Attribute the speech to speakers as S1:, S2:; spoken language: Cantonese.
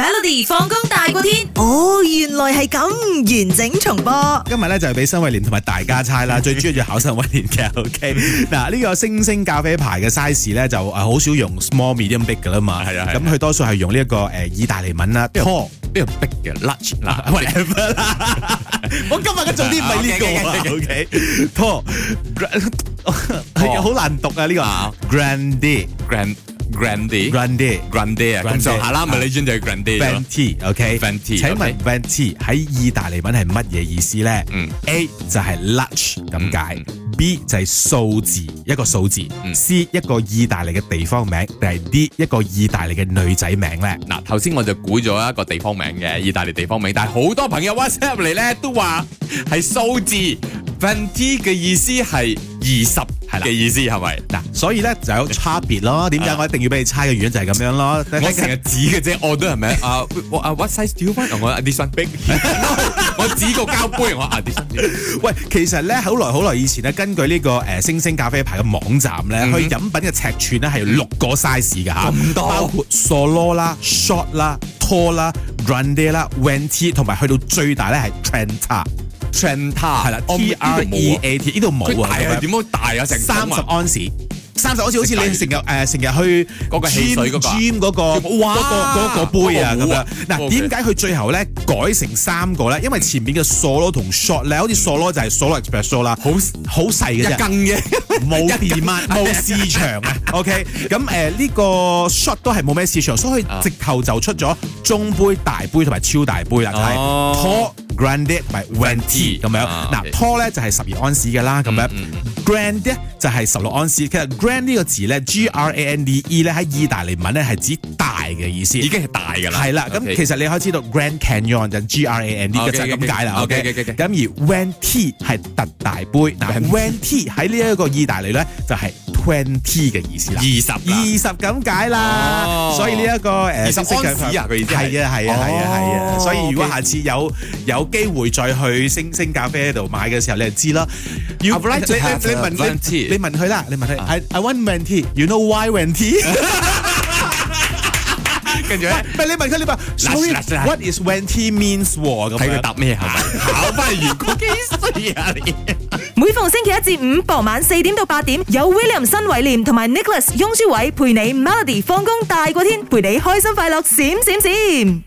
S1: Melody 放工大過天，
S2: 哦，原來係咁，完整重播。
S3: 今日咧就係俾新維廉同埋大家猜 啦，最主要就考新維廉嘅。OK，嗱呢個星星咖啡牌嘅 size 咧就誒呃好少用 small、medium、big 噶啦嘛，
S4: 係啊係啊
S3: 咁佢多數係用呢一個誒意大利文啦，tall
S4: 俾人逼嘅 lunch À, 嗱，
S3: whatever 啦。我今日嘅重點唔係呢個啊
S4: 哦 OK，OK，OK，OK 哦
S3: ，OK，tall grand- 好難讀啊呢個 grande，grande。
S4: grand à? grande grande 啊，咁
S3: Grande
S4: 上下啦，
S3: 啊
S4: 咪你專就係 grande 咯
S3: venti，OK，
S4: Venti，
S3: 請問
S4: OK
S3: venti 喺意大利文係乜嘢意思咧？
S4: 嗯
S3: A 就係 large 咁解
S4: 嗯
S3: ，B 就係數字一個數字
S4: 嗯
S3: ，C 一個意大利嘅地方名，定係 D 一個意大利嘅女仔名咧？
S4: 嗱，頭先我就估咗一個地方名嘅，意大利地方名，但係好多朋友 WhatsApp 嚟咧都話係數字 twenty 嘅意思係二十係啦嘅意思係咪？
S3: 嗱，所以咧就有差別咯。點解我一定要俾你猜嘅原因就係咁樣咯。
S4: 啊我成日指嘅啫，我都係咪啊？我啊，what À, size Ờ, do you want？我 this one big，我指個膠杯，我啊 this one。
S3: 喂，其實咧好耐好耐以前咧，根據呢、個誒、呃星星咖啡牌嘅網站咧，
S4: 嗯哼
S3: 佢飲品嘅尺寸咧係有六個 size 㗎嚇，
S4: 咁多
S3: 包括 solo 啦、shot 啦、tall 啦、grande 啦、venti 同埋去到最大咧係 trenta，
S4: Trenta 係
S3: 係啦，T R E A T 呢度冇
S4: 啊佢
S3: 啊咁
S4: 大，啊
S3: 樣
S4: 點樣大啊？成
S3: 三十安士。三十好似好似你成日誒成日去
S4: 嗰個汽水嗰個啊
S3: gym 嗰個
S4: 哇
S3: 嗰個嗰個杯啊
S4: 嗰
S3: 咁
S4: 個壺
S3: 樣
S4: 啊。
S3: 嗱，
S4: OK
S3: 點解佢最後咧改成三個咧？因為前面嘅 solo 同 shot 咧，好似 solo 就係 solo espresso 啦，好好細
S4: 一
S3: 嘅啫。
S4: 斤嘅。
S3: 冇 demand 冇市場啊，OK，咁誒呢個 shot 都係冇咩市場，所以
S4: 啊
S3: 佢直頭就出咗中杯、大杯同埋超大杯啦，就係
S4: 哦
S3: tall、grande 同埋 venti
S4: Venti，
S3: 咁樣。
S4: 啊
S3: 嗱
S4: ，OK
S3: ，tall 咧就係十二安士嘅啦，咁樣
S4: 嗯嗯
S3: grand 咧就係十六安士。其實 grand 呢個字咧，G R A N D E 咧喺意大利文咧係指大嘅意思。
S4: 已經係大㗎啦。
S3: 係啦，咁
S4: OK
S3: 其實你可以知道 Grand Canyon 就 G R A N D 嘅
S4: OK，
S3: 就係咁解啦。
S4: OK，
S3: OK，
S4: OK，OK，OK
S3: 咁而 Van T 係特大杯，嗱 Van T 喺呢一個意大利咧就係 twenty 嘅意思啦
S4: 二。十
S3: 二
S4: 啦。
S3: 十咁解啦
S4: 哦，
S3: 所以呢一個呃誒
S4: 20安士啊佢意思
S3: 係
S4: 係
S3: 啊係啊係啊係啊，
S4: 哦
S3: 所以如果
S4: OK
S3: 下次有有機會再去星星咖啡度買嘅時候，你就知啦。要
S4: I would like to
S3: 你你
S4: have
S3: 你
S4: a
S3: 問
S4: Van
S3: 你
S4: T 啊
S3: 你問佢啦，你問佢，I I want Van T，you know why Van T？
S4: 跟住咧。
S3: 唔係你問佢，你話 sorry
S4: 嗱嗱
S3: what is when tea means 喎咁
S4: 睇佢
S3: 樣。
S4: 答咩係咪？考翻原曲幾衰啊你！
S1: 每逢星期一至五傍晚四點到八點，有 William 新偉廉同埋 Nicholas 雍舒偉陪你 Melody 放工大過天，陪你開心快樂閃閃閃。